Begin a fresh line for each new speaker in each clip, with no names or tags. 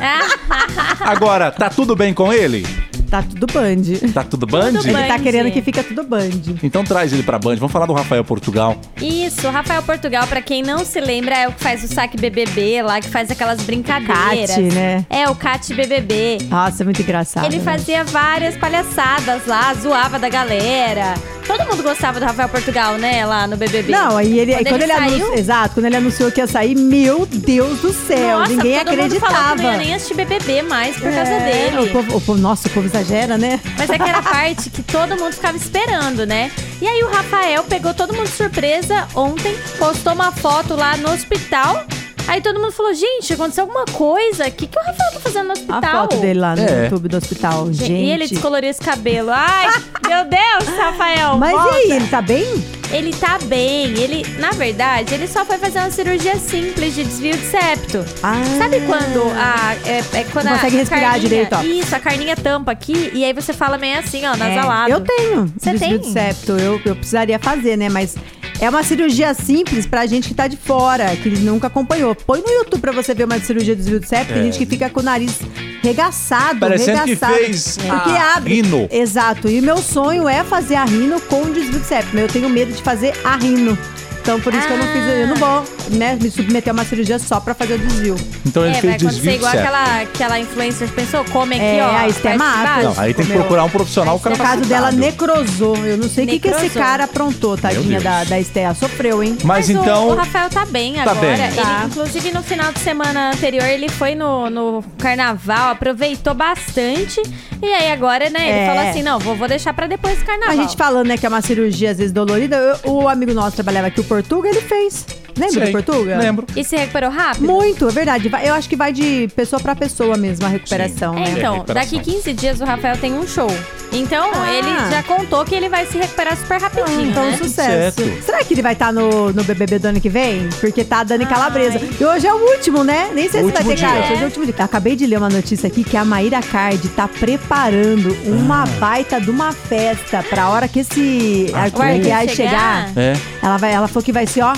Ah,
Agora, tá tudo bem com ele?
Tá tudo band.
Tá tudo band?
Ele tá
Band.
querendo que fica tudo band.
Então traz ele pra Band. Vamos falar do Rafael Portugal.
Isso, o Rafael Portugal, pra quem não se lembra, é o que faz o saque BBB lá, que faz aquelas brincadeiras.
Cat, né?
É, o Cat BBB.
Nossa, é muito engraçado.
Ele
né?
fazia várias palhaçadas lá, zoava da galera. Todo mundo gostava do Rafael Portugal, né, lá no BBB.
Não, aí ele, aí
Quando
quando ele,
ele
anun-
saiu-
exato, quando ele anunciou que ia sair, meu Deus do céu,
Nossa,
ninguém
todo mundo falou que
acreditava.
não ia nem assistir BBB mais por causa
É,
dele.
O povo, o povo- nossa, o povo exagera, né?
Mas é que era a parte que todo mundo ficava esperando, né? E aí o Rafael pegou todo mundo de surpresa ontem, postou uma foto lá no hospital. Aí todo mundo falou, gente, aconteceu alguma coisa? O que, que o Rafael tá fazendo no
A
hospital?
foto dele lá no
É.
YouTube do hospital. Gente.
E ele descoloriu esse cabelo. Ai, meu Deus, Rafael.
Mas
volta.
e aí, ele tá bem?
Ele tá bem. Ele, na verdade, ele só foi fazer uma cirurgia simples de desvio de septo.
Ah.
Sabe quando a. É, é quando
Não
a
consegue respirar
carninha-
direito, ó.
Isso, a carninha tampa aqui e aí você fala meio assim, ó, nasalado.
É, eu tenho.
Você tem?
desvio de septo. Eu, eu precisaria fazer, né? Mas é uma cirurgia simples pra gente que tá de fora, que eles nunca acompanhou. Põe no YouTube pra você ver uma cirurgia de desvio de septo. Tem
É.
gente que fica com o nariz regaçado,
Parecendo que
regaçado.
fez
né? Porque
a
abre.
rino.
Exato. E meu sonho é fazer a rino com desvio de septo. Mas eu tenho medo de fazer a rino. Então, por isso que eu não
Ah.
fiz, eu não vou, né, me submeter a uma cirurgia só pra fazer o desvio.
Então
É,
ele
vai
fez
acontecer
desvio de
igual
septo.
aquela, aquela influencer que pensou, come aqui,
É,
ó.
a
parte de
Estemato.
baixo.
Não, aí tem que
Meu.
procurar um profissional
No
capacitado.
caso dela, necrosou. Eu não sei o que, que esse
Necrosou.
cara aprontou, tadinha
Deus.
da, da Estea. Sofreu, hein?
Mas,
o-
então...
O, Rafael tá bem
Tá
agora.
bem.
Ele,
Tá.
Inclusive, no final de semana anterior, ele foi no, no carnaval, aproveitou bastante. E aí, agora, né, ele
É.
falou assim: não, vou, vou deixar pra depois do
A
carnaval.
gente falando, né, que é uma cirurgia às vezes dolorida. eu- o amigo nosso trabalhava aqui, o Portuga, ele fez. Lembra
Sei,
do Portuga?
Lembro.
E se recuperou rápido?
Muito, é verdade. Vai- Eu acho que vai de pessoa pra pessoa mesmo a recuperação,
É,
né?
É,
então,
recuperação.
daqui 15 dias o Rafael tem um show. Então,
Ah.
ele já contou que ele vai se recuperar super rapidinho,
Então,
né?
sucesso.
Certo.
Será que ele vai estar no, no BBB do ano que vem? Porque tá a Dani Calabresa. E hoje é o último, né? Nem sei se vai
Último
ter
dia.
caixa. Hoje é o último dia. Acabei de ler uma notícia aqui que a Maíra Card tá preparando uma baita de uma festa pra hora que esse
Ah,
Arthur Aguiar
vai chegar?
chegar.
É.
Ela, vai, ela falou que vai ser, ó...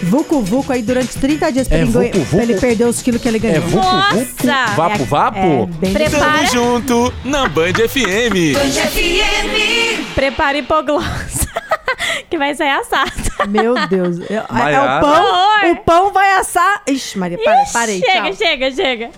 Vucu Vucu aí durante 30 dias pra,
É
ele, ganhar-
vucu-vucu?
pra ele perder os quilos que ele ganhou.
É vucu, vucu,
Nossa!
vapo, vapo.
É, bem
Pre- Prepara.
Tamo junto na Band FM.
Prepara hipoglossa. que vai sair assado.
Meu Deus. É, é
Maiara.
o pão.
Horror.
O pão vai assar. Ixi, Maria, para, parei.
chega,
tchau.
chega, chega.